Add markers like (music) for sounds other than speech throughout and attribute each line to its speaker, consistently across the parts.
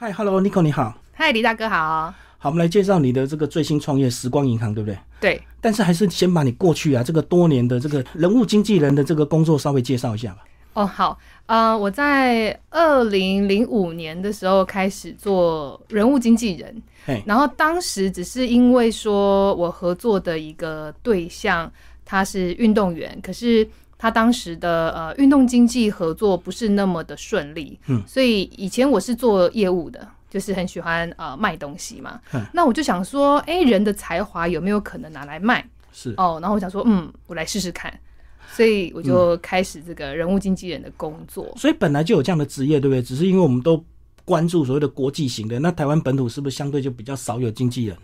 Speaker 1: 嗨，Hello，Nico，你好。
Speaker 2: 嗨，李大哥好。
Speaker 1: 好，我们来介绍你的这个最新创业时光银行，对不对？
Speaker 2: 对，
Speaker 1: 但是还是先把你过去啊这个多年的这个人物经纪人的这个工作稍微介绍一下吧。
Speaker 2: 哦，好，呃，我在二零零五年的时候开始做人物经纪人
Speaker 1: 嘿，
Speaker 2: 然后当时只是因为说我合作的一个对象他是运动员，可是他当时的呃运动经济合作不是那么的顺利，
Speaker 1: 嗯，
Speaker 2: 所以以前我是做业务的。就是很喜欢呃卖东西嘛，
Speaker 1: 嗯
Speaker 2: 那我就想说，哎、人的才华有没有可能拿来卖？
Speaker 1: 是，
Speaker 2: 哦，然后我想说，嗯，我来试试看，所以我就开始这个人物经纪人的工作。
Speaker 1: 所以本来就有这样的职业，对不对？只是因为我们都关注所谓的国际型的，那台湾本土是不是相对就比较少有经纪人？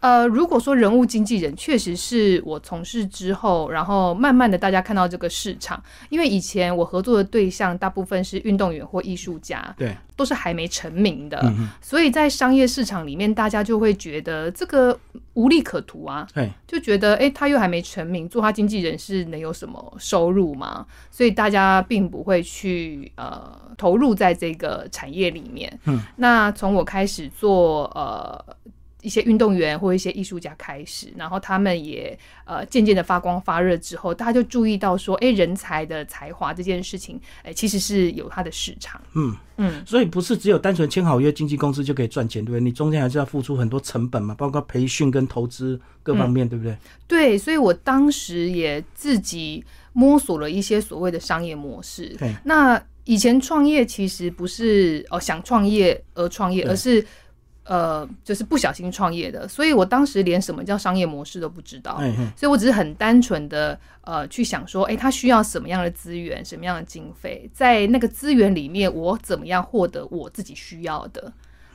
Speaker 2: 呃，如果说人物经纪人确实是我从事之后，然后慢慢的大家看到这个市场，因为以前我合作的对象大部分是运动员或艺术家，
Speaker 1: 对，
Speaker 2: 都是还没成名的，
Speaker 1: 嗯嗯，
Speaker 2: 所以在商业市场里面，大家就会觉得这个无利可图啊，
Speaker 1: 对，
Speaker 2: 就觉得，诶，他又还没成名，做他经纪人是能有什么收入吗？所以大家并不会去呃投入在这个产业里面。
Speaker 1: 嗯，
Speaker 2: 那从我开始做呃一些运动员或一些艺术家开始，然后他们也呃渐渐的发光发热之后，大家就注意到说，诶，人才的才华这件事情，诶，其实是有它的市场。
Speaker 1: 嗯，
Speaker 2: 嗯，
Speaker 1: 所以不是只有单纯签好约，经纪公司就可以赚钱，对不对？你中间还是要付出很多成本嘛，包括培训跟投资各方面，对不对？
Speaker 2: 对，所以我当时也自己摸索了一些所谓的商业模式。
Speaker 1: 对，
Speaker 2: 那以前创业其实不是哦想创业而创业，
Speaker 1: 对
Speaker 2: 而是呃就是不小心创业的，所以我当时连什么叫商业模式都不知道。
Speaker 1: 哎哎，
Speaker 2: 所以我只是很单纯的呃去想说，诶，他需要什么样的资源，什么样的经费，在那个资源里面，我怎么样获得我自己需要的。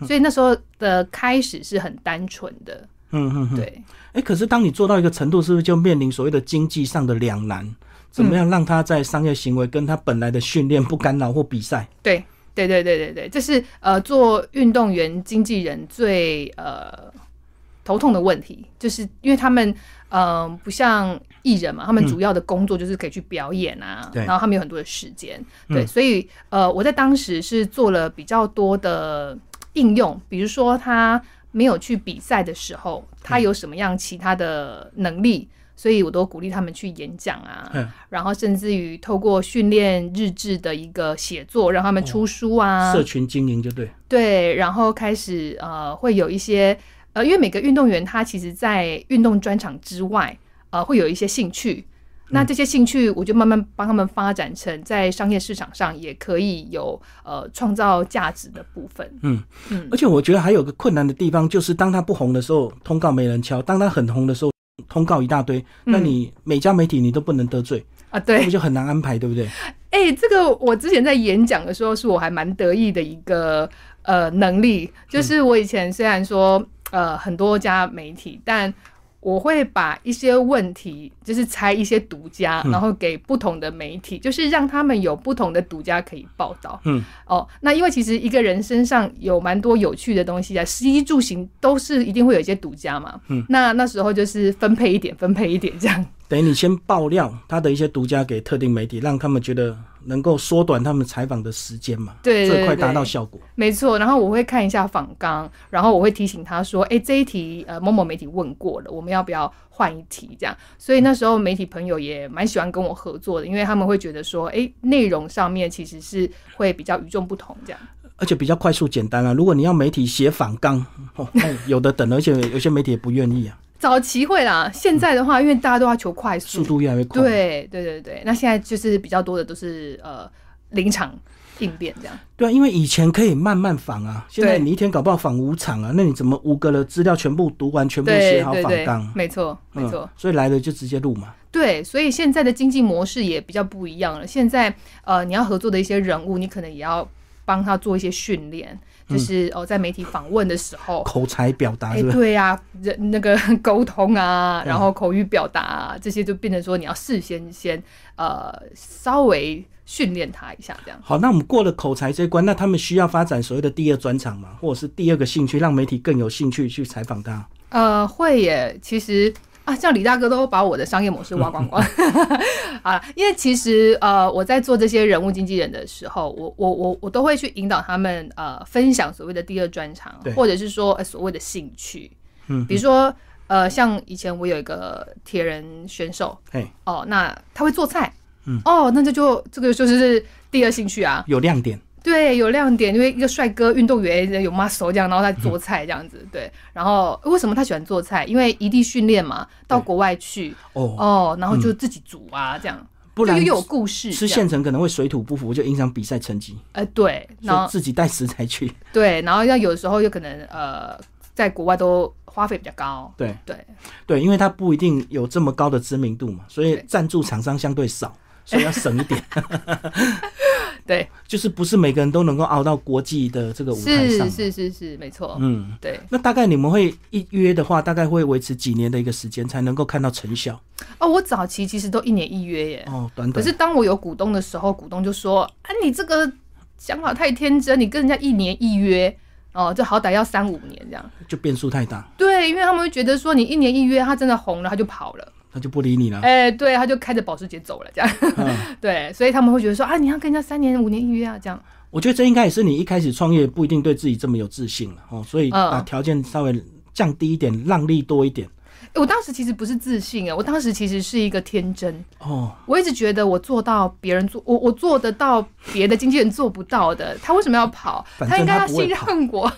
Speaker 2: 所以那时候的开始是很单纯的，
Speaker 1: 嗯嗯嗯。
Speaker 2: 对。
Speaker 1: 哎，可是当你做到一个程度，是不是就面临所谓的经济上的两难？怎么
Speaker 2: 嗯
Speaker 1: 样让他在商业行为跟他本来的训练不干扰或比赛？
Speaker 2: 对对对对对对，这是呃做运动员经纪人最呃头痛的问题，就是因为他们呃不像艺人嘛，他们主要的工作就是可以去表演啊，
Speaker 1: 嗯对
Speaker 2: 然后他们有很多的时间，对，
Speaker 1: 嗯
Speaker 2: 所以呃我在当时是做了比较多的应用，比如说他没有去比赛的时候，
Speaker 1: 嗯
Speaker 2: 他有什么样其他的能力。所以我都鼓励他们去演讲啊，
Speaker 1: 嗯
Speaker 2: 然后甚至于透过训练日志的一个写作，让他们出书啊，
Speaker 1: 哦社群经营就对，
Speaker 2: 对，然后开始呃会有一些呃，因为每个运动员他其实在运动专场之外，呃会有一些兴趣。那这些兴趣，我就慢慢帮他们发展成在商业市场上也可以有呃创造价值的部分。
Speaker 1: 而且我觉得还有个困难的地方，就是当他不红的时候，通告没人敲；当他很红的时候，通告一大堆。
Speaker 2: 嗯
Speaker 1: 那你每家媒体你都不能得
Speaker 2: (laughs)
Speaker 1: 罪，
Speaker 2: 啊，
Speaker 1: 那
Speaker 2: 对，
Speaker 1: 不就很难安排，对不对？
Speaker 2: 哎、这个我之前在演讲的时候，是我还蛮得意的一个呃能力，就是我以前虽然说呃很多家媒体，但我会把一些问题，就是拆一些独家，
Speaker 1: 嗯
Speaker 2: 然后给不同的媒体，就是让他们有不同的独家可以报道。
Speaker 1: 嗯，
Speaker 2: 哦，那因为其实一个人身上有蛮多有趣的东西啊，食衣住行都是一定会有一些独家嘛。
Speaker 1: 嗯，
Speaker 2: 那那时候就是分配一点，分配一点这样。
Speaker 1: 等于你先爆料他的一些独家给特定媒体，让他们觉得能够缩短他们采访的时间嘛，
Speaker 2: 对对对
Speaker 1: 最快达
Speaker 2: 对
Speaker 1: 到效果。
Speaker 2: 没错，然后我会看一下访纲，然后我会提醒他说：“哎，这一题呃某某媒体问过了，我们要不要换一题？”这样，所以那时候媒体朋友也蛮喜欢跟我合作的，因为他们会觉得说：“哎，内容上面其实是会比较与众不同。”这样，
Speaker 1: 而且比较快速简单啊。如果你要媒体写反纲，哦，那有的等，而且有些媒体也不愿意啊，
Speaker 2: 早期会啦，现在的话，因为大家都要求快
Speaker 1: 速
Speaker 2: 速，
Speaker 1: 度越来越快。，
Speaker 2: 对对对对，那现在就是比较多的都是呃临场应变这样。
Speaker 1: 对啊，因为以前可以慢慢仿啊，现在
Speaker 2: 对
Speaker 1: 你一天搞不好仿五场啊，那你怎么五个的资料全部读完，全部
Speaker 2: 对
Speaker 1: 写好
Speaker 2: 对
Speaker 1: 仿
Speaker 2: 对
Speaker 1: 纲，？
Speaker 2: 没错没错。
Speaker 1: 嗯，所以来了就直接录嘛。
Speaker 2: 对，所以现在的经济模式也比较不一样了。现在呃，你要合作的一些人物，你可能也要帮他做一些训练，就是、哦，在媒体访问的时候。
Speaker 1: 嗯口才表达
Speaker 2: 哎
Speaker 1: 是，不嗯是？
Speaker 2: 对呀、人那个沟通啊，然后口语表达啊，这些就变成说你要事先先呃稍微训练他一下，这样。
Speaker 1: 好，那我们过了口才这一关，那他们需要发展所谓的第二专场嘛，或者是第二个兴趣，让媒体更有兴趣去采访他。
Speaker 2: 呃，会耶。其实啊，像李大哥都把我的商业模式挖光 (laughs) 光。好了，因为其实呃，我在做这些人物经纪人的时候，我我我我都会去引导他们呃，分享所谓的第二专长
Speaker 1: 对，
Speaker 2: 或者是说、呃、所谓的兴趣。
Speaker 1: 嗯
Speaker 2: 比如说呃，像以前我有一个铁人选手
Speaker 1: 哎，
Speaker 2: 哦，那他会做菜，
Speaker 1: 嗯，
Speaker 2: 哦，那这就这个就是第二兴趣啊。
Speaker 1: 有亮点，
Speaker 2: 对，有亮点，因为一个帅哥运动员有 muscle 这样，然后他做菜这样子，
Speaker 1: 嗯
Speaker 2: 对。然后为什么他喜欢做菜？因为异地训练嘛，到
Speaker 1: 对
Speaker 2: 国外去
Speaker 1: 哦，嗯
Speaker 2: 哦，然后就自己煮啊，这样，
Speaker 1: 不然
Speaker 2: 就又有故事
Speaker 1: 吃
Speaker 2: 这样。
Speaker 1: 现成可能会水土不服，就影响比赛成绩，
Speaker 2: 呃，对，
Speaker 1: 所
Speaker 2: 然
Speaker 1: 以
Speaker 2: 后
Speaker 1: 自己带食材去。
Speaker 2: 对，然后要有时候有可能呃，在国外都花费比较高，
Speaker 1: 对
Speaker 2: 对，
Speaker 1: 对，因为它不一定有这么高的知名度嘛，所以
Speaker 2: 对
Speaker 1: 赞助厂商相对少，所以要省一
Speaker 2: (laughs)
Speaker 1: 点。
Speaker 2: 对，
Speaker 1: 就是不是每个人都能够熬到国际的这个舞台上
Speaker 2: 是
Speaker 1: 嘛。
Speaker 2: 是是是，没错，
Speaker 1: 嗯，
Speaker 2: 对。
Speaker 1: 那大概你们会一约的话，大概会维持几年的一个时间才能够看到成效？
Speaker 2: 哦，我早期其实都一年一约耶，
Speaker 1: 哦，短
Speaker 2: 可
Speaker 1: 短
Speaker 2: 是当我有股东的时候，股东就说：“啊，你这个想法太天真，你跟人家一年一约，哦，这好歹要三五年这样。
Speaker 1: 就变数太大，”
Speaker 2: 对，因为他们会觉得说你一年一约，他真的红了，他就跑了，
Speaker 1: 他就不理
Speaker 2: (laughs)
Speaker 1: 你了。
Speaker 2: 哎、对，他就开着保时捷走了这样。 (laughs)
Speaker 1: 嗯，
Speaker 2: 对，所以他们会觉得说：“啊，你要跟人家三年五年一约啊，这样。
Speaker 1: 我觉得这应该也是你一开始创业不一定对自己这么有自信了哦，所以
Speaker 2: 嗯
Speaker 1: 把条件稍微降低一点，让利多一点。
Speaker 2: 哎我当时其实不是自信啊，我当时其实是一个天真，
Speaker 1: 哦，
Speaker 2: 我一直觉得我做到别人做，我我做得到别的经纪人做不到的，他为什么要跑？
Speaker 1: 反
Speaker 2: 他应
Speaker 1: 正
Speaker 2: 该
Speaker 1: 他
Speaker 2: 要
Speaker 1: 不会
Speaker 2: 信
Speaker 1: 跑
Speaker 2: 任我。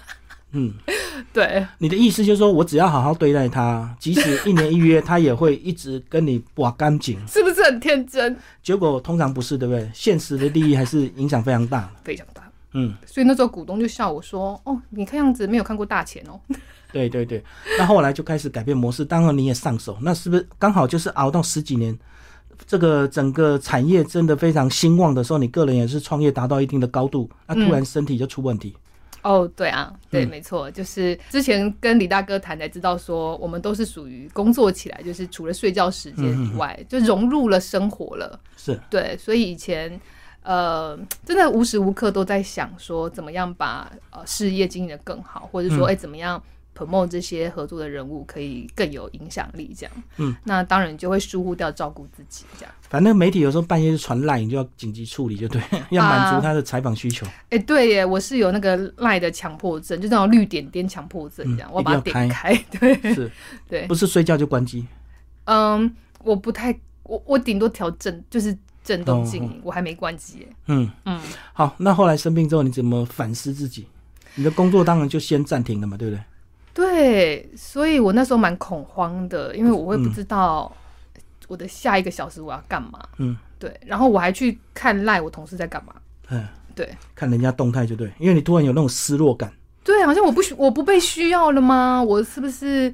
Speaker 1: 嗯，
Speaker 2: (laughs) 对，
Speaker 1: 你的意思就是说我只要好好对待他，即使一年一约，他也会一直跟你把干净。
Speaker 2: 是不是很天真？
Speaker 1: 结果通常不是，对不对？现实的利益还是影响非常大的。
Speaker 2: (laughs) 非常大。
Speaker 1: 嗯，
Speaker 2: 所以那时候股东就笑我说：“哦，你看样子没有看过大钱哦。
Speaker 1: 对对对。那后来就开始改变模式，当然你也上手，那是不是刚好就是熬到十几年，这个整个产业真的非常兴旺的时候，你个人也是创业达到一定的高度，那突然身体就出问题。”
Speaker 2: (laughs) 哦，对啊，对，
Speaker 1: 嗯
Speaker 2: 没错，就是之前跟李大哥谈才知道说，我们都是属于工作起来，就是除了睡觉时间以外，就融入了生活了。
Speaker 1: 是，
Speaker 2: 对，所以以前。呃，真的无时无刻都在想说，怎么样把呃事业经营的更好，或者说，
Speaker 1: 嗯
Speaker 2: 哎、怎么样 promote 这些合作的人物可以更有影响力，这样。
Speaker 1: 嗯，
Speaker 2: 那当然就会疏忽掉照顾自己，这样。
Speaker 1: 反正媒体有时候半夜就传赖，你就要紧急处理，就对，要满足他的采访需求。
Speaker 2: 哎、对耶，我是有那个赖的强迫症，就那种绿点点强迫症这样，
Speaker 1: 嗯
Speaker 2: 我把它
Speaker 1: 一定
Speaker 2: 点
Speaker 1: 要
Speaker 2: 开。 (laughs) 对
Speaker 1: 是，
Speaker 2: 对，
Speaker 1: 不是睡觉就关机。
Speaker 2: 嗯，我不太，我我顶多调震，就是震
Speaker 1: 哦
Speaker 2: 动静音，我还没关机耶。
Speaker 1: 嗯，
Speaker 2: 嗯，
Speaker 1: 好，那后来生病之后，你怎么反思自己？你的工作当然就先暂停了嘛，对不对？
Speaker 2: 对，所以我那时候蛮恐慌的，因为我会不
Speaker 1: 嗯
Speaker 2: 知道我的下一个小时我要干嘛。
Speaker 1: 嗯，
Speaker 2: 对，然后我还去看赖我同事在干嘛。
Speaker 1: 嗯，
Speaker 2: 对，
Speaker 1: 看人家动态就对，因为你突然有那种失落感。
Speaker 2: 对，好像我不需我不被需要了吗？我是不是，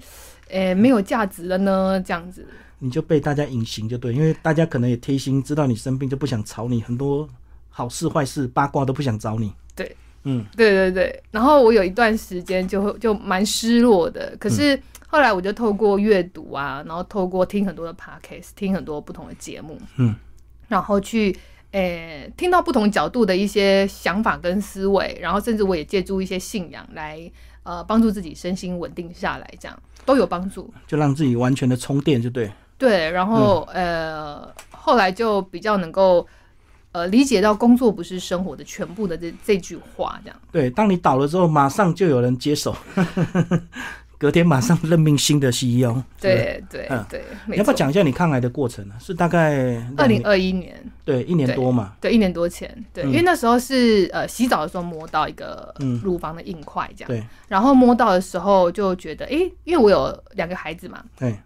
Speaker 2: 诶、没有价值了呢？这样子。
Speaker 1: 你就被大家隐形就对，因为大家可能也贴心，知道你生病就不想吵你，很多好事坏事八卦都不想找你。
Speaker 2: 对，
Speaker 1: 嗯，
Speaker 2: 对对对，然后我有一段时间就会就蛮失落的，可
Speaker 1: 嗯
Speaker 2: 是后来我就透过阅读啊，然后透过听很多的 podcast，听很多不同的节目，
Speaker 1: 嗯，
Speaker 2: 然后去诶、呃听到不同角度的一些想法跟思维，然后甚至我也借助一些信仰来呃帮助自己身心稳定下来，这样都有帮助。
Speaker 1: 就让自己完全的充电就对。
Speaker 2: 对，然后、
Speaker 1: 嗯
Speaker 2: 呃后来就比较能够呃理解到工作不是生活的全部的这这句话，这样。
Speaker 1: 对，当你倒了之后，马上就有人接手， (laughs) 隔天马上任命新的 CEO。是
Speaker 2: 对对
Speaker 1: 嗯
Speaker 2: 对，
Speaker 1: 不是，
Speaker 2: 没
Speaker 1: 你要不
Speaker 2: 错
Speaker 1: 要。讲一下你抗癌的过程呢、啊是大概
Speaker 2: 二
Speaker 1: 两
Speaker 2: 零
Speaker 1: 年
Speaker 2: 二一年，
Speaker 1: 对一年多嘛？
Speaker 2: 对，一年多前，对，
Speaker 1: 嗯
Speaker 2: 因为那时候是呃洗澡的时候摸到一个
Speaker 1: 嗯
Speaker 2: 乳房的硬块这样，
Speaker 1: 对
Speaker 2: 然后摸到的时候就觉得，诶，因为我有两个孩子嘛，
Speaker 1: 对，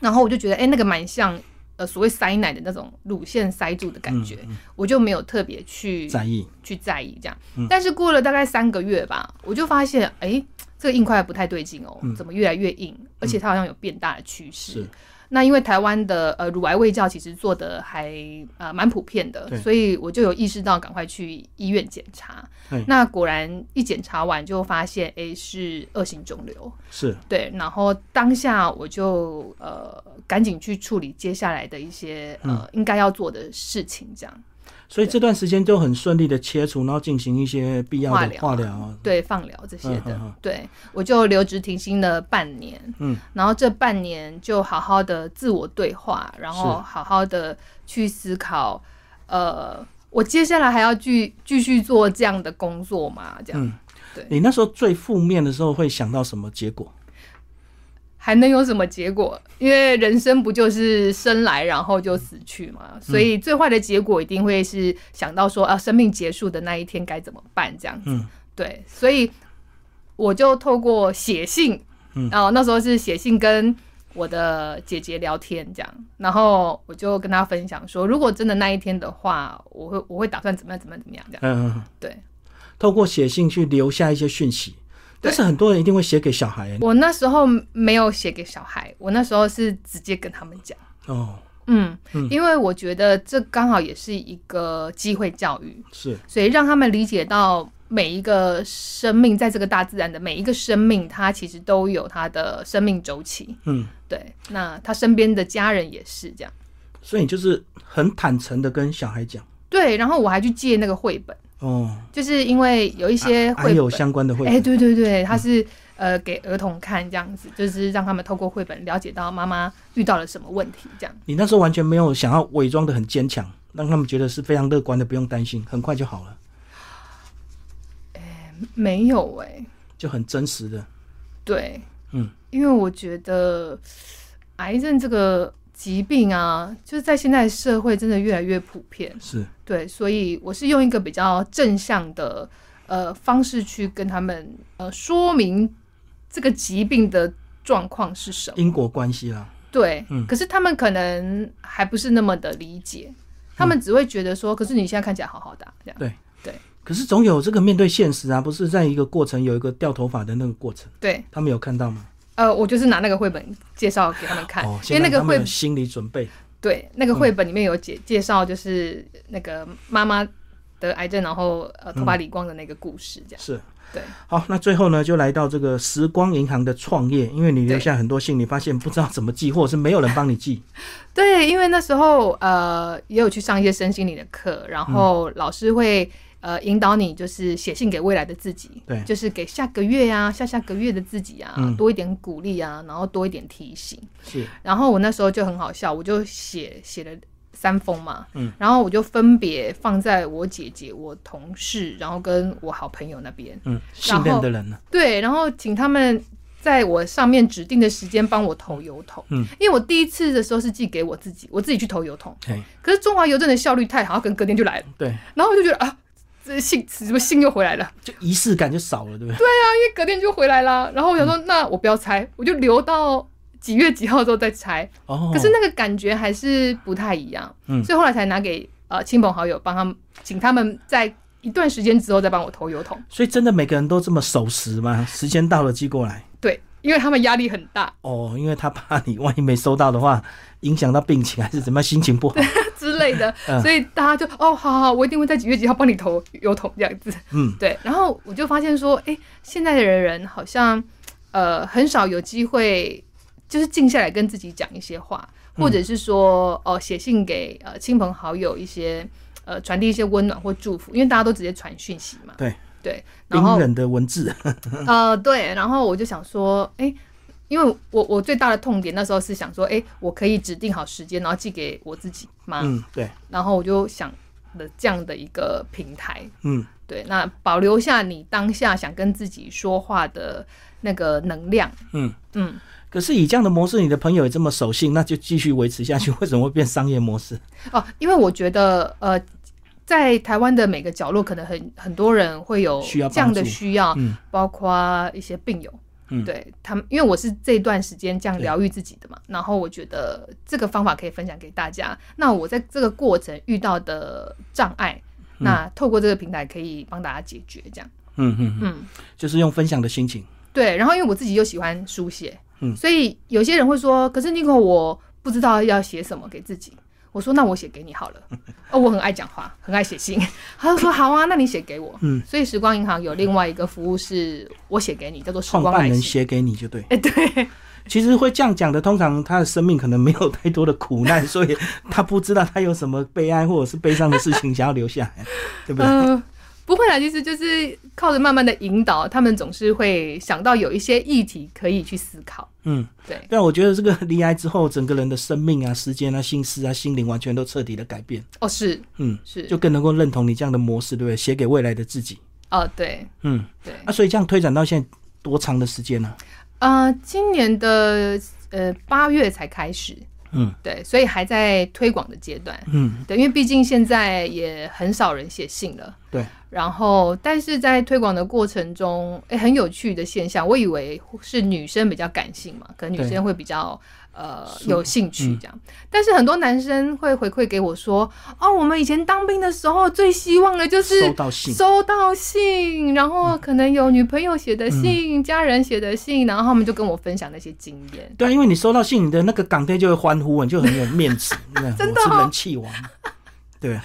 Speaker 2: 然后我就觉得，诶，那个蛮像呃所谓塞奶的那种乳腺塞住的感觉，我就没有特别去
Speaker 1: 嗯在意。
Speaker 2: 去在意这样
Speaker 1: 嗯。
Speaker 2: 但是过了大概三个月吧，我就发现，哎、这个硬块不太对劲哦，怎么越来越硬？而且它好像有变大的趋
Speaker 1: 嗯
Speaker 2: 势
Speaker 1: 是。
Speaker 2: 那因为台湾的呃乳癌卫教其实做的还呃蛮普遍的，
Speaker 1: 对
Speaker 2: 所以我就有意识到赶快去医院检查
Speaker 1: 对。
Speaker 2: 那果然一检查完就发现，哎、是恶性肿瘤。
Speaker 1: 是，
Speaker 2: 对，然后当下我就
Speaker 1: 嗯
Speaker 2: 呃赶紧去处理接下来的一些呃、应该要做的事情，这样。
Speaker 1: 所以这段时间就很顺利的切除，然后进行一些必要
Speaker 2: 化
Speaker 1: 的
Speaker 2: 疗
Speaker 1: 化疗啊。
Speaker 2: 对放疗这些的，
Speaker 1: 嗯嗯嗯
Speaker 2: 对我就留职停薪了半年，
Speaker 1: 嗯，
Speaker 2: 然后这半年就好好的自我对话，然后好好的去思考，呃，我接下来还要继继续做这样的工作吗？这样、
Speaker 1: 嗯你那时候最负面的时候会想到什么结果？
Speaker 2: 还能有什么结果？因为人生不就是生来然后就死去
Speaker 1: 嗯
Speaker 2: 嘛，所以最坏的结果一定会是想到说啊，生命结束的那一天该怎么办这样子。
Speaker 1: 嗯
Speaker 2: 对，所以我就透过写信，
Speaker 1: 嗯
Speaker 2: 然后那时候是写信跟我的姐姐聊天这样，然后我就跟她分享说，如果真的那一天的话，我会我会打算怎么样怎么样怎么样这样。
Speaker 1: 嗯、嗯
Speaker 2: 对
Speaker 1: 透过写信去留下一些讯息，但是很多人一定会写给小孩
Speaker 2: 我那时候没有写给小孩，我那时候是直接跟他们讲。
Speaker 1: 哦，
Speaker 2: 嗯
Speaker 1: 嗯，
Speaker 2: 因为我觉得这刚好也是一个机会教育，
Speaker 1: 是
Speaker 2: 所以让他们理解到每一个生命在这个大自然的每一个生命，它其实都有它的生命周期。
Speaker 1: 嗯，
Speaker 2: 对，那他身边的家人也是这样。
Speaker 1: 所以你就是很坦诚的跟小孩讲
Speaker 2: 对，然后我还去借那个绘本，
Speaker 1: 哦，
Speaker 2: 就是因为有一些
Speaker 1: 啊还
Speaker 2: 绘
Speaker 1: 有
Speaker 2: 本，
Speaker 1: 相关的会
Speaker 2: 哎、对对对，它是、呃给儿童看这样子，就是让他们透过绘本了解到妈妈遇到了什么问题这样。
Speaker 1: 你那时候完全没有想要伪装的很坚强，让他们觉得是非常乐观的，不用担心，很快就好了，
Speaker 2: 没有哎、
Speaker 1: 就很真实的。
Speaker 2: 对，
Speaker 1: 嗯，
Speaker 2: 因为我觉得癌症这个疾病啊，就是在现在社会真的越来越普遍，
Speaker 1: 是，
Speaker 2: 对，所以我是用一个比较正向的呃方式去跟他们呃说明这个疾病的状况是什么，
Speaker 1: 因果关系啦。
Speaker 2: 对，
Speaker 1: 嗯
Speaker 2: 可是他们可能还不是那么的理解，他们只会觉得说，可是你现在看起来好好的啊、这样，
Speaker 1: 对可是总有这个面对现实啊，不是在一个过程有一个掉头发的那个过程，
Speaker 2: 对，
Speaker 1: 他们有看到吗？
Speaker 2: 呃，我就是拿那个绘本介绍给他们看，
Speaker 1: 哦，
Speaker 2: 啊因为
Speaker 1: 现在
Speaker 2: 那个
Speaker 1: 他们
Speaker 2: 绘
Speaker 1: 有心理准备，
Speaker 2: 对，那个绘本里面有介介绍，就是那个妈妈得癌症，然后呃头发理光的那个故事，这样。
Speaker 1: 是。
Speaker 2: 对，
Speaker 1: 好，那最后呢，就来到这个时光银行的创业，因为你留下很多信，你发现不知道怎么寄，或者是没有人帮你寄，
Speaker 2: 对，因为那时候呃也有去上一些身心灵的课，然后老师会呃引导你，就是写信给未来的自己，
Speaker 1: 对
Speaker 2: 就是给下个月啊、下下个月的自己啊，
Speaker 1: 嗯
Speaker 2: 多一点鼓励啊，然后多一点提醒。
Speaker 1: 是
Speaker 2: 然后我那时候就很好笑，我就写写了三封嘛，
Speaker 1: 嗯，
Speaker 2: 然后我就分别放在我姐姐、我同事，然后跟我好朋友那边。
Speaker 1: 嗯，信任的人呢、
Speaker 2: 对，然后请他们在我上面指定的时间帮我投邮筒。
Speaker 1: 嗯，
Speaker 2: 因为我第一次的时候是寄给我自己，我自己去投邮筒。
Speaker 1: 嘿，
Speaker 2: 可是中华邮政的效率太好，可能隔天就来了，
Speaker 1: 哎对，
Speaker 2: 然后我就觉得啊，这信什么信又回来了，
Speaker 1: 就仪式感就少了，对不对？
Speaker 2: 因为隔天就回来啦。然后我想
Speaker 1: 嗯
Speaker 2: 说，那我不要拆，我就留到几月几号之后再拆。
Speaker 1: 哦，
Speaker 2: 可是那个感觉还是不太一样，
Speaker 1: 嗯
Speaker 2: 所以后来才拿给呃亲朋好友帮他们，请他们在一段时间之后再帮我投邮筒。
Speaker 1: 所以真的每个人都这么守时吗？时间到了寄过来。
Speaker 2: 对，因为他们压力很大，
Speaker 1: 哦，因为他怕你万一没收到的话，影响到病情还是怎么样，心情不好。
Speaker 2: 之类的
Speaker 1: (laughs) 嗯，
Speaker 2: 所以大家就哦，好好好，我一定会在几月几号帮你投邮筒这样子。
Speaker 1: 嗯，
Speaker 2: (laughs) 对，然后我就发现说，哎、现在的人好像呃很少有机会，就是静下来跟自己讲一些话，
Speaker 1: 嗯
Speaker 2: 或者是说哦写信给呃亲朋好友一些呃传递一些温暖或祝福，因为大家都直接传讯息嘛。
Speaker 1: 对
Speaker 2: 对， (laughs) 然
Speaker 1: 冰
Speaker 2: 后
Speaker 1: 冷的文字，
Speaker 2: 呃，对，然后我就想说，哎、因为我我最大的痛点那时候是想说，哎、我可以指定好时间，然后寄给我自己吗？
Speaker 1: 嗯，对，
Speaker 2: 然后我就想了这样的一个平台，
Speaker 1: 嗯，
Speaker 2: 对，那保留下你当下想跟自己说话的那个能量，
Speaker 1: 嗯
Speaker 2: 嗯，
Speaker 1: 可是以这样的模式，你的朋友也这么守信，那就继续维持下去， (laughs) 为什么会变商业模式？
Speaker 2: 哦，因为我觉得呃。在台湾的每个角落，可能很很多人会有
Speaker 1: 需要帮
Speaker 2: 这样的
Speaker 1: 助
Speaker 2: 需要，
Speaker 1: 嗯
Speaker 2: 包括一些病友，
Speaker 1: 嗯
Speaker 2: 对他们，因为我是这段时间这样疗愈自己的嘛，然后我觉得这个方法可以分享给大家。那我在这个过程遇到的障碍，那透过这个平台可以帮大家解决，这样，
Speaker 1: 嗯嗯，
Speaker 2: 嗯。
Speaker 1: 就是用分享的心情，
Speaker 2: 对，然后因为我自己又喜欢书写，
Speaker 1: 嗯
Speaker 2: 所以有些人会说，可是 n i c o 我不知道要写什么给自己。我说那我写给
Speaker 1: (laughs)
Speaker 2: 你好了，哦，我很爱讲话，很爱写信。他就说好啊，那你写给我。
Speaker 1: 嗯，
Speaker 2: 所以时光银行有另外一个服务是我写给你，叫做时
Speaker 1: 创
Speaker 2: 光
Speaker 1: 办
Speaker 2: 来
Speaker 1: 人
Speaker 2: 信。
Speaker 1: 写给你就对。
Speaker 2: (laughs) 哎、对，
Speaker 1: 其实会这样讲的，通常他的生命可能没有太多的苦难，所以他不知道他有什么悲哀或者是悲伤的事情想要留下来， (laughs) 对不对？
Speaker 2: 嗯、不会啦，其实就是靠着慢慢的引导，他们总是会想到有一些议题可以去思考。
Speaker 1: 嗯，
Speaker 2: 对，
Speaker 1: 但我觉得这个离癌之后，整个人的生命啊、时间啊、心思啊、心灵完全都彻底的改变。
Speaker 2: 哦，是
Speaker 1: 嗯，
Speaker 2: 是，
Speaker 1: 就更能够认同你这样的模式，对不对？写给未来的自己。
Speaker 2: 哦，对
Speaker 1: 嗯，
Speaker 2: 对，
Speaker 1: 啊，所以这样推展到现在多长的时间啊呢、
Speaker 2: 呃，今年的呃八月才开始，
Speaker 1: 嗯
Speaker 2: 对，所以还在推广的阶段。
Speaker 1: 嗯，
Speaker 2: 对，因为毕竟现在也很少人写信了。
Speaker 1: 对，
Speaker 2: 然后，但是在推广的过程中，哎、很有趣的现象，我以为是女生比较感性嘛，可能女
Speaker 1: 对
Speaker 2: 生会比较呃
Speaker 1: 是嗯
Speaker 2: 有兴趣这样，但是很多男生会回馈给我说，哦，我们以前当兵的时候最希望的就是
Speaker 1: 收到信。嗯
Speaker 2: 收到信，然后可能有女朋友写的信、家人写的信，然后他们就跟我分享那些经验。
Speaker 1: 对啊，因为你收到信，你的那个港队就会欢呼，你就很有面子，对不对
Speaker 2: 真的
Speaker 1: 我是
Speaker 2: 哦
Speaker 1: 人气王。对，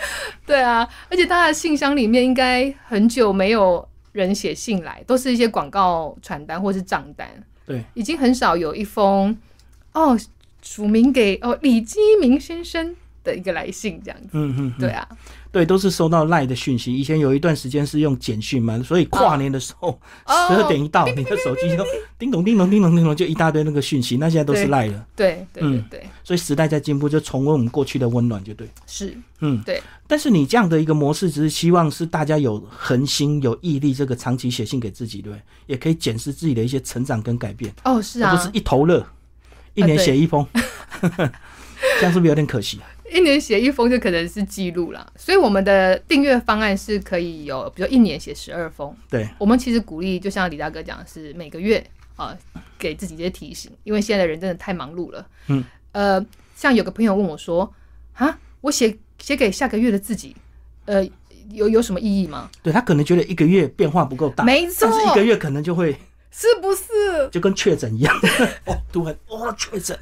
Speaker 2: 对啊，而且他的信箱里面应该很久没有人写信来，都是一些广告传单或是账单，
Speaker 1: 对，
Speaker 2: 已经很少有一封哦署名给哦李基明先生的一个来信这样子。
Speaker 1: 嗯嗯，嗯
Speaker 2: 对啊，
Speaker 1: 对，都是收到赖的讯息。以前有一段时间是用简讯嘛，所以跨年的时候十
Speaker 2: 哦
Speaker 1: 二点一到，你的手机就叮咚叮咚叮咚叮咚，就一大堆那个讯息。那现在都是
Speaker 2: 对
Speaker 1: 赖了，
Speaker 2: 对对对
Speaker 1: 嗯
Speaker 2: 对，
Speaker 1: 所以时代在进步，就重温我们过去的温暖，就对。
Speaker 2: 是
Speaker 1: 嗯，
Speaker 2: 对。
Speaker 1: 但是你这样的一个模式，只是希望是大家有恒心、有毅力，这个长期写信给自己，对不对，也可以检视自己的一些成长跟改变，
Speaker 2: 哦是
Speaker 1: 而
Speaker 2: 啊
Speaker 1: 不，是一头热，一
Speaker 2: 啊
Speaker 1: 年
Speaker 2: 对
Speaker 1: 写一封， (laughs) 这样是不是有点可惜啊？
Speaker 2: 一年写一封就可能是记录啦，所以我们的订阅方案是可以有，比如一年写十二封。
Speaker 1: 对，
Speaker 2: 我们其实鼓励，就像李大哥讲的是每个月啊、给自己一些提醒，因为现在的人真的太忙碌了。
Speaker 1: 嗯，
Speaker 2: 呃，像有个朋友问我说：“啊，我写写给下个月的自己，呃，有有什么意义吗
Speaker 1: 对他可能觉得一个月变化不够大，
Speaker 2: 没错
Speaker 1: 但是一个月可能就会？”
Speaker 2: 是不是
Speaker 1: 就跟确诊一样， (laughs) 哦，突然哦确诊，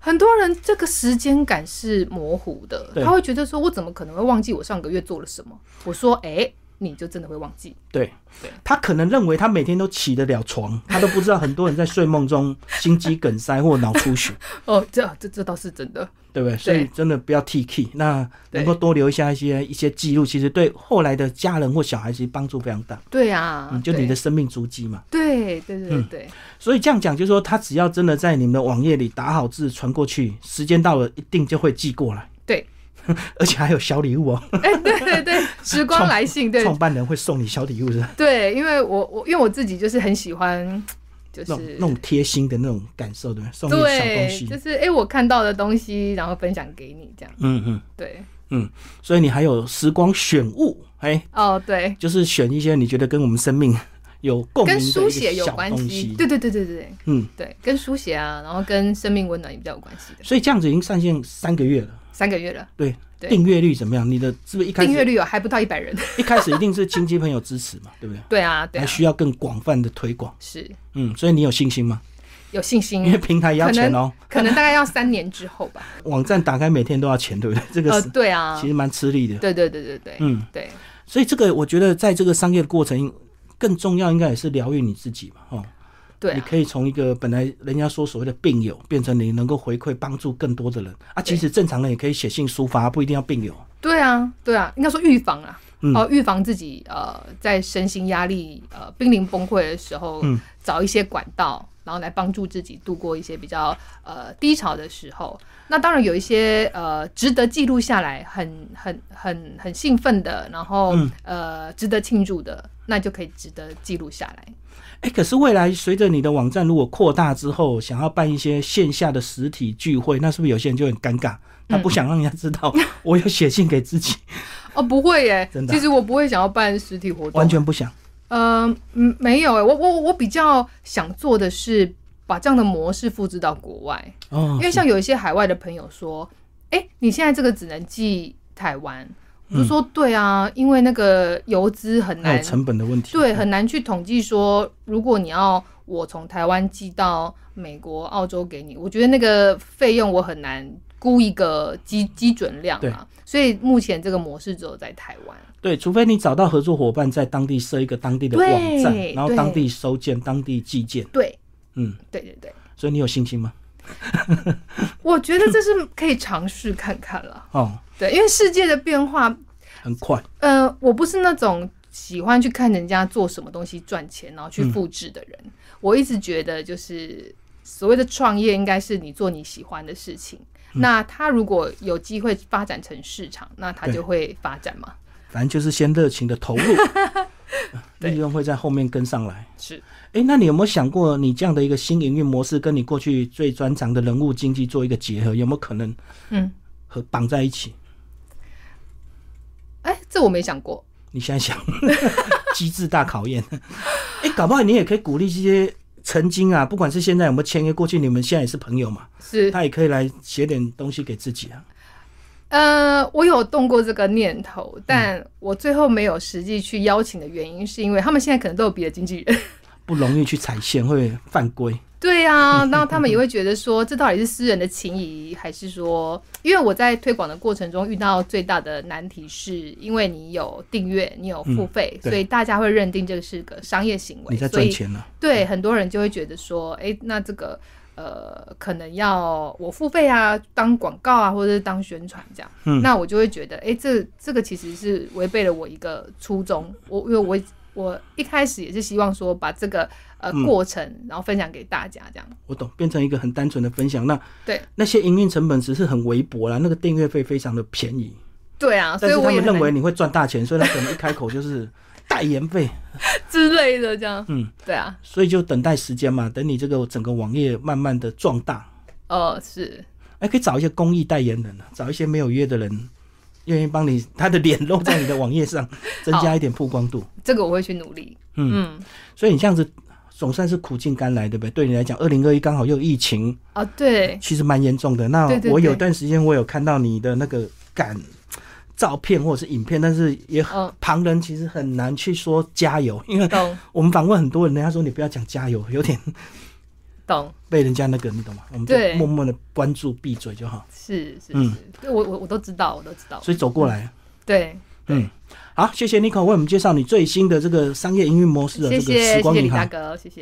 Speaker 2: 很多人这个时间感是模糊的？
Speaker 1: 对
Speaker 2: 他会觉得说：“我怎么可能会忘记我上个月做了什么？”我说：“哎、你就真的会忘记。”
Speaker 1: 对
Speaker 2: 对，
Speaker 1: 他可能认为他每天都起得了床，他都不知道很多人在睡梦中心肌梗塞或脑出血， (laughs)
Speaker 2: 哦，这这这倒是真的。
Speaker 1: 对不对？所以真的不要 T K，那能够多留下一些一些记录，其实对后来的家人或小孩其实帮助非常大，
Speaker 2: 对啊，
Speaker 1: 嗯，就
Speaker 2: 对
Speaker 1: 你的嗯生命足迹嘛。
Speaker 2: 对对对对对，
Speaker 1: 所以这样讲，就是说他只要真的在你们的网页里打好字传过去，时间到了一定就会寄过来。 (laughs)
Speaker 2: 对，
Speaker 1: 而且还有小礼物哦，
Speaker 2: 哎、 (laughs) 对对对，时光来信，对
Speaker 1: 创办人会送你小礼物的，
Speaker 2: 对，因为我我因为我自己就是很喜欢，就
Speaker 1: 那种
Speaker 2: 是
Speaker 1: 那种贴心的那种感受，对不对？送你小东
Speaker 2: 对，就
Speaker 1: 西，
Speaker 2: 是哎、我看到的东西，然后分享给你这样，
Speaker 1: 嗯嗯，
Speaker 2: 对，
Speaker 1: 所以你还有时光选物，哎、
Speaker 2: 哦对，
Speaker 1: 就是选一些你觉得跟我们生命有共鸣
Speaker 2: 跟
Speaker 1: 的一
Speaker 2: 书
Speaker 1: 个
Speaker 2: 写有
Speaker 1: 小
Speaker 2: 关
Speaker 1: 东
Speaker 2: 系，
Speaker 1: 西，
Speaker 2: 对对对对对
Speaker 1: 嗯，
Speaker 2: 对，跟书写啊，然后跟生命温暖也比较有关系的，
Speaker 1: 所以这样子已经上线三个月了，
Speaker 2: 三个月了，
Speaker 1: 对，
Speaker 2: 对
Speaker 1: 订阅率怎么样？你的是不是一开
Speaker 2: 订阅
Speaker 1: 始
Speaker 2: 率有还不到一百人， (laughs)
Speaker 1: 一开始一定是亲戚朋友支持嘛，对不对？
Speaker 2: 对啊对
Speaker 1: 还
Speaker 2: 啊，
Speaker 1: 需要更广泛的推广，
Speaker 2: 是
Speaker 1: 嗯，所以你有信心吗？
Speaker 2: 有信
Speaker 1: 因为
Speaker 2: 心，
Speaker 1: 平台也要钱哦，
Speaker 2: 嗯可能大概要三年之后吧，
Speaker 1: 网站打开每天都要钱，
Speaker 2: (laughs)
Speaker 1: 对不对？ (laughs) 这个
Speaker 2: 呃
Speaker 1: 是、
Speaker 2: 对啊
Speaker 1: 其，实蛮吃力的，
Speaker 2: 对对对对对，
Speaker 1: 嗯，
Speaker 2: 对。
Speaker 1: 所以这个我觉得在这个商业的过程，更重要应该也是疗愈你自己嘛，哦，
Speaker 2: 对
Speaker 1: 你
Speaker 2: 啊，
Speaker 1: 可以从一个本来人家说所谓的病友，变成你能够回馈帮助更多的人啊。其实正常人也可以写信抒发，不一定要病友。
Speaker 2: 对啊，对啊，应该说预防啊，
Speaker 1: 嗯
Speaker 2: 哦，预防自己呃在身心压力呃濒临崩溃的时候，
Speaker 1: 嗯
Speaker 2: 找一些管道，然后来帮助自己度过一些比较呃低潮的时候。那当然有一些呃值得记录下来很，很很很兴奋的，然后、
Speaker 1: 嗯
Speaker 2: 呃值得庆祝的，那就可以值得记录下来。
Speaker 1: 哎，可是未来随着你的网站如果扩大之后，想要办一些线下的实体聚会，那是不是有些人就很尴尬？他不想让人家知
Speaker 2: (laughs)
Speaker 1: 道我有写信给自己，
Speaker 2: 哦，不会耶，
Speaker 1: 真的啊
Speaker 2: 其实我不会想要办实体活动，
Speaker 1: 完全不想。
Speaker 2: 呃，嗯，没有哎、我我我比较想做的是把这样的模式复制到国外，
Speaker 1: 哦，
Speaker 2: 因为像有一些海外的朋友说，哎、你现在这个只能寄台湾，我就说对啊，因为那个邮资很
Speaker 1: 嗯还
Speaker 2: 难
Speaker 1: 有，成本的嗯问题。
Speaker 2: 对，很难去统计说，如果你要我从台湾寄到美国、澳洲给你，我觉得那个费用我很难估一个基基准量
Speaker 1: 对
Speaker 2: 啊，所以目前这个模式只有在台湾。
Speaker 1: 对，除非你找到合作伙伴在当地设一个当地的网站
Speaker 2: 对，
Speaker 1: 然后
Speaker 2: 对
Speaker 1: 当地收件、当地寄件。
Speaker 2: 对
Speaker 1: 嗯，
Speaker 2: 对对对，
Speaker 1: 所以你有信心吗？
Speaker 2: 我觉得这是可以尝试看看了。
Speaker 1: 哦，
Speaker 2: 对，因为世界的变化，
Speaker 1: 很快，
Speaker 2: 呃，我不是那种喜欢去看人家做什么东西赚钱，然后去复制的人。我一直觉得，就是所谓的创业，应该是你做你喜欢的事情。那他如果有机会发展成市场，那他
Speaker 1: 对
Speaker 2: 就会发展嘛。
Speaker 1: 反正就是先热情的
Speaker 2: (laughs)
Speaker 1: 投入，
Speaker 2: 对
Speaker 1: 利润会在后面跟上来。
Speaker 2: 是，
Speaker 1: 诶，那你有没有想过，你这样的一个新营运模式，跟你过去最专长的人物经济做一个结合，有没有可能
Speaker 2: 嗯，
Speaker 1: 和绑在一起？
Speaker 2: 哎、这我没想过。
Speaker 1: 你现在想， (laughs) 机智大考验。诶，搞不好你也可以鼓励这些曾经啊，不管是现在有没有签约过去，你们现在也是朋友嘛，
Speaker 2: 是，
Speaker 1: 他也可以来写点东西给自己啊。
Speaker 2: 呃，我有动过这个念头，但我最后没有实际去邀请的原因，是因为他们现在可能都有别的经纪人。
Speaker 1: 不容易去踩线，会犯规。
Speaker 2: 对啊， (laughs) 那他们也会觉得说，这到底是私人的情谊，还是说，因为我在推广的过程中遇到最大的难题是，因为你有订阅，你有付费，
Speaker 1: 嗯对
Speaker 2: 所以大家会认定这是个商业行为，
Speaker 1: 你在
Speaker 2: 所
Speaker 1: 赚
Speaker 2: 以
Speaker 1: 钱了、
Speaker 2: 对很多人就会觉得说，哎，那这个呃，可能要我付费啊，当广告啊，或者是当宣传这样，
Speaker 1: 嗯
Speaker 2: 那我就会觉得，哎，这这个其实是违背了我一个初衷，我因为我。我一开始也是希望说把这个呃
Speaker 1: 嗯
Speaker 2: 过程，然后分享给大家这样。
Speaker 1: 我懂，变成一个很单纯的分享。那
Speaker 2: 对
Speaker 1: 那些营运成本只是很微薄啦，那个订阅费非常的便宜，
Speaker 2: 对啊，所
Speaker 1: 但
Speaker 2: 以
Speaker 1: 是他
Speaker 2: 我也
Speaker 1: 们
Speaker 2: 很
Speaker 1: 认为
Speaker 2: 难
Speaker 1: 你会赚大钱，所以他可能一开口就是 (laughs) 代言费，
Speaker 2: 之类的这样，
Speaker 1: 嗯，
Speaker 2: 对啊，
Speaker 1: 所以就等待时间嘛，等你这个整个网页慢慢的壮大，
Speaker 2: 哦，是，
Speaker 1: 哎，可以找一些公益代言人啊，找一些没有约的人，愿意帮你他的脸露在你的网页上， (laughs) 增加一点曝光度。
Speaker 2: 这个我会去努力，嗯
Speaker 1: 所以你这样子总算是苦尽甘来，对不对？对你来讲，二零二一刚好又有疫情，
Speaker 2: 啊，
Speaker 1: (laughs)
Speaker 2: 对，
Speaker 1: 其实蛮严重的。那
Speaker 2: 对对
Speaker 1: 我有
Speaker 2: 对
Speaker 1: 段时间我有看到你的那个感照片或者是影片，但是也很
Speaker 2: 嗯，
Speaker 1: 旁人其实很难去说加油，因为
Speaker 2: 懂
Speaker 1: 我们访问很多人，人家说你不要讲加油，有点
Speaker 2: 懂，
Speaker 1: 被人家那个，你懂吗？我们就
Speaker 2: 对
Speaker 1: 默默的关注，闭嘴就好。
Speaker 2: 是是
Speaker 1: 嗯
Speaker 2: 是，对我我我都知道，我都知道，
Speaker 1: 所以走过来，
Speaker 2: 对，
Speaker 1: 嗯，好，谢谢 Nico 为我们介绍你最新的这个商业营运模式的
Speaker 2: 谢
Speaker 1: 这个
Speaker 2: 谢
Speaker 1: 时
Speaker 2: 谢
Speaker 1: 光
Speaker 2: 谢
Speaker 1: 银
Speaker 2: 李大
Speaker 1: 行。
Speaker 2: 哥，谢谢。